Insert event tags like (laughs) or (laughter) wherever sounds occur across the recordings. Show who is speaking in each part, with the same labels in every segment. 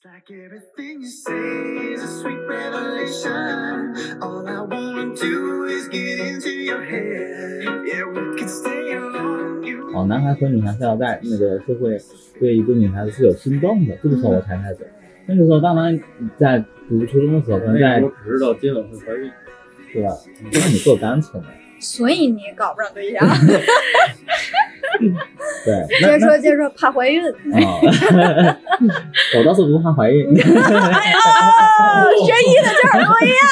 Speaker 1: It's like everything you say is a sweet revelation. All I wanna do is get into your head. Yeah, we can stay alone. You
Speaker 2: 哦，男孩和女孩子要在那个是会对一个女孩子是有心动的，这个时候我才开始。那个时候，当然在读初中的时候，可能在
Speaker 3: 那时候只知道接吻会怀孕， (laughs) 哦
Speaker 2: 对吧？那你够单纯的，
Speaker 4: 所以你搞不上对象。
Speaker 2: 对。
Speaker 4: (laughs) 接
Speaker 2: 那
Speaker 4: 着
Speaker 2: 那
Speaker 4: 说，接着说，怕怀孕。
Speaker 2: 啊， (laughs) 我倒是不怕怀孕。
Speaker 4: 哎呦，学医的就是不 (laughs) 一样，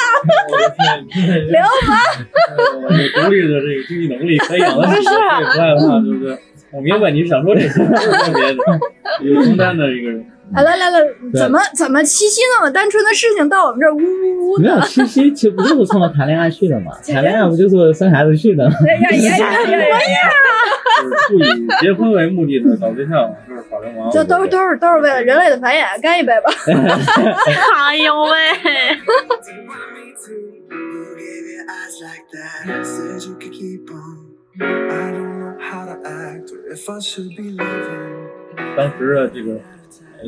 Speaker 3: 我的天，你看
Speaker 4: 刘
Speaker 3: 呃我有独立的这个经济能力，培养的
Speaker 4: 不
Speaker 3: 起，
Speaker 4: 是啊
Speaker 3: 这也不害怕，啊对不对？我明白你是想说这些，不是说别的，有承担的一个人。
Speaker 4: 哎来来来，
Speaker 2: 对
Speaker 4: 怎么怎么七夕那么单纯的事情到我们这儿呜呜呜
Speaker 2: (laughs) 没
Speaker 4: 的，
Speaker 2: 有七夕，其实不就是冲着谈恋爱去的嘛？谈恋爱不就是生孩子去的？
Speaker 4: 哎呀呀呀呀哎呀呀！
Speaker 3: 就是不以结婚为目的的搞对象，就是耍流氓。
Speaker 4: 就都是都是都是为了人类的繁衍，干一杯吧！
Speaker 5: 哎呦喂！
Speaker 1: do want me to. Who gave you eyes like that? Said you could keep on. I don't know how to act or if I should be leaving.
Speaker 3: 当时的这个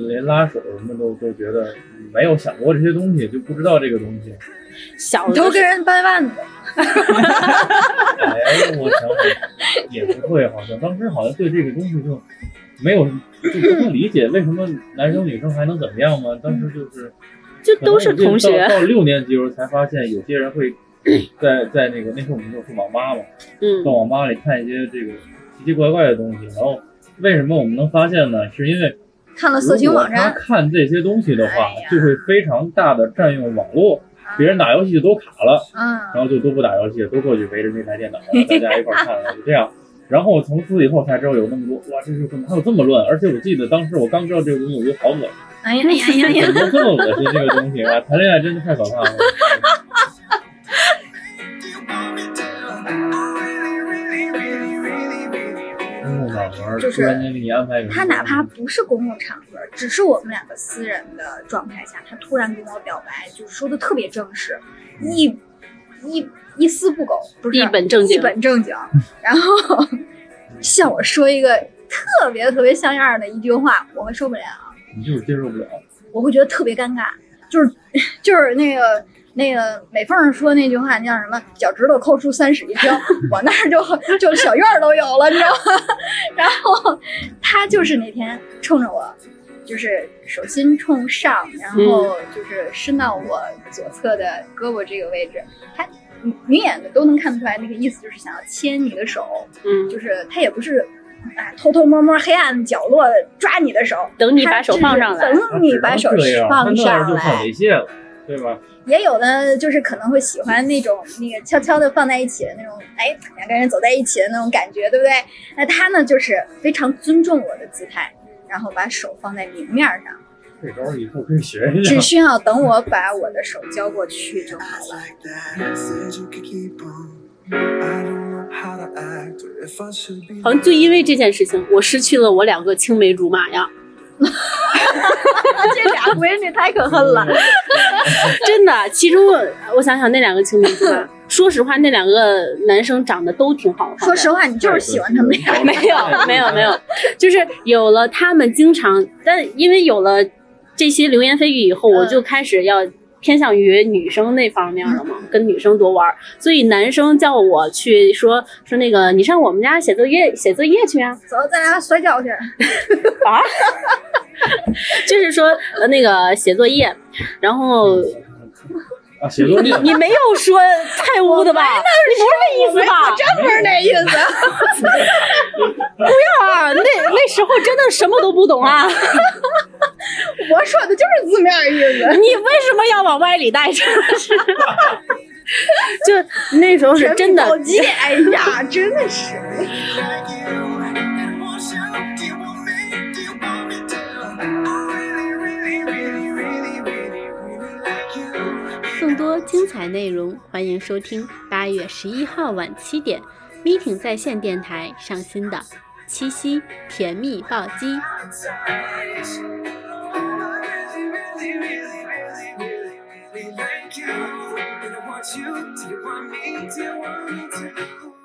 Speaker 3: 连拉手什么都都觉得没有想过这些东西，就不知道这个东西。
Speaker 5: 小
Speaker 4: 你
Speaker 5: 时候
Speaker 4: 都跟人掰腕子，
Speaker 3: 哎，我想想也不会，好像当时好像对这个东西就没有就不能理解，为什么男生女生还能怎么样吗？当时就是
Speaker 5: 就都是同
Speaker 3: 可能我
Speaker 5: 学，
Speaker 3: 到到六年级的时候才发现，有些人
Speaker 5: (clears throat)
Speaker 3: 会在在那个那时候我们就去网吧嘛，
Speaker 5: 嗯
Speaker 3: 到，网吧里看一些这个奇奇怪怪的东西，然后。为什么我们能发现呢？是因为
Speaker 4: 看啊了色
Speaker 3: 如
Speaker 4: 情
Speaker 3: 果
Speaker 4: 网
Speaker 3: 他
Speaker 4: 站，
Speaker 3: 看这些东西的话
Speaker 4: 哎呀，
Speaker 3: 就会非常大的占用网络，别人打游戏都卡了，
Speaker 4: 啊，
Speaker 3: 然后就都不打游戏，都过去围着那台电脑，然后大家一块儿看了，就这样。然后我从此以后才知道有那么多，哇，这是怎么还有这么乱？而且我记得当时我刚知道这个东西，我觉得好恶心，
Speaker 4: 哎呀哎呀哎呀哎呀！
Speaker 3: 怎么这么恶心这个东西啊？谈恋爱真的太可怕了。
Speaker 1: Do you want me to? I really, really, really, really, really, really.
Speaker 3: 真的脑门
Speaker 4: 嗯
Speaker 3: 儿
Speaker 4: 就是
Speaker 3: 突然间给你安排一个，
Speaker 4: 他哪怕不是公共场合，只是我们两个私人的状态下，他突然跟我表白，就是说的特别正式，一一一丝不苟，不是
Speaker 5: 一本正经嗯
Speaker 4: 一本正经，然后向我说一个特别特别像样的一句话，我会受不了，
Speaker 3: 你就是接受不了，
Speaker 4: 我会觉得特别尴尬，就是就是那个。那个美凤说那句话，那叫什么？脚趾头抠出三室一厅，我那儿就就小院儿都有了，你知道吗？ (laughs) 然后他就是那天冲着我，就是手心冲上，然后就是伸到我左侧的胳膊这个位置，他明明眼的都能看得出来，那个意思就是想要牵你的手，
Speaker 5: 嗯，
Speaker 4: 就是他也不是啊偷偷摸摸黑暗角落抓你的手，
Speaker 5: 等你把手放上来
Speaker 4: 他就是等你把手
Speaker 3: 他只能这样
Speaker 4: 放
Speaker 3: 他那样
Speaker 4: 上
Speaker 3: 就算
Speaker 4: 来。
Speaker 3: 猥亵了，对吧？
Speaker 4: 也有的就是可能会喜欢那种那个悄悄的放在一起的那种，哎，两个人走在一起的那种感觉，对不对？那他呢，就是非常尊重我的姿态，然后把手放在明面
Speaker 3: (laughs)
Speaker 4: 上，
Speaker 3: 这招以后可以学一下
Speaker 4: 只。需要等我把我的手交过去就好
Speaker 1: Eyes
Speaker 5: (laughs)
Speaker 4: 了。
Speaker 1: like that. Said you could keep on. I don't know how to act or if I should be.
Speaker 5: 好像就因为这件事情，我失去了我两个青梅竹马 (laughs) 呀，
Speaker 4: 这俩闺女太可恨了。
Speaker 5: 真的。其中我我想想，那两个青梅竹马，说实话，那两个男生长得都挺好看
Speaker 4: (laughs)
Speaker 5: 的。
Speaker 4: 说实话，你就是喜欢他们俩。
Speaker 3: (laughs) 俩
Speaker 5: 没有，没有，没有，就是有了他们经常，但因为有了这些流言蜚语以后，
Speaker 4: 嗯
Speaker 5: 我就开始要偏向于女生那方面了嘛，跟女生多玩儿。所以男生叫我去说说那个，你上我们家写作业写作业去啊， (laughs)
Speaker 4: 走，咱俩摔跤去。
Speaker 5: 就是说呃那个写作业，然后。
Speaker 3: 嗯啊，写作业
Speaker 5: 你你没有说太污的吧？你不是这意思吧？
Speaker 4: 不是那意思，
Speaker 5: 啊， (laughs) 那那时候真的什么都不懂啊！你
Speaker 4: 我说的就是字面意
Speaker 5: (laughs)
Speaker 4: 思。
Speaker 5: 为什么要往歪里带？真的是， (laughs) 就那时候是真的
Speaker 4: 全民暴击哎呀，真的是。
Speaker 1: like you and want you. Do you want me? Do you want me to? I really, really, really, really, really, really like you.
Speaker 6: 更多精彩内容，欢迎收听八月十一号晚七点 Meeting 在线电台上新的《七夕甜蜜暴击》。
Speaker 1: Like you, and I want you. Do you want me? Do you want me to?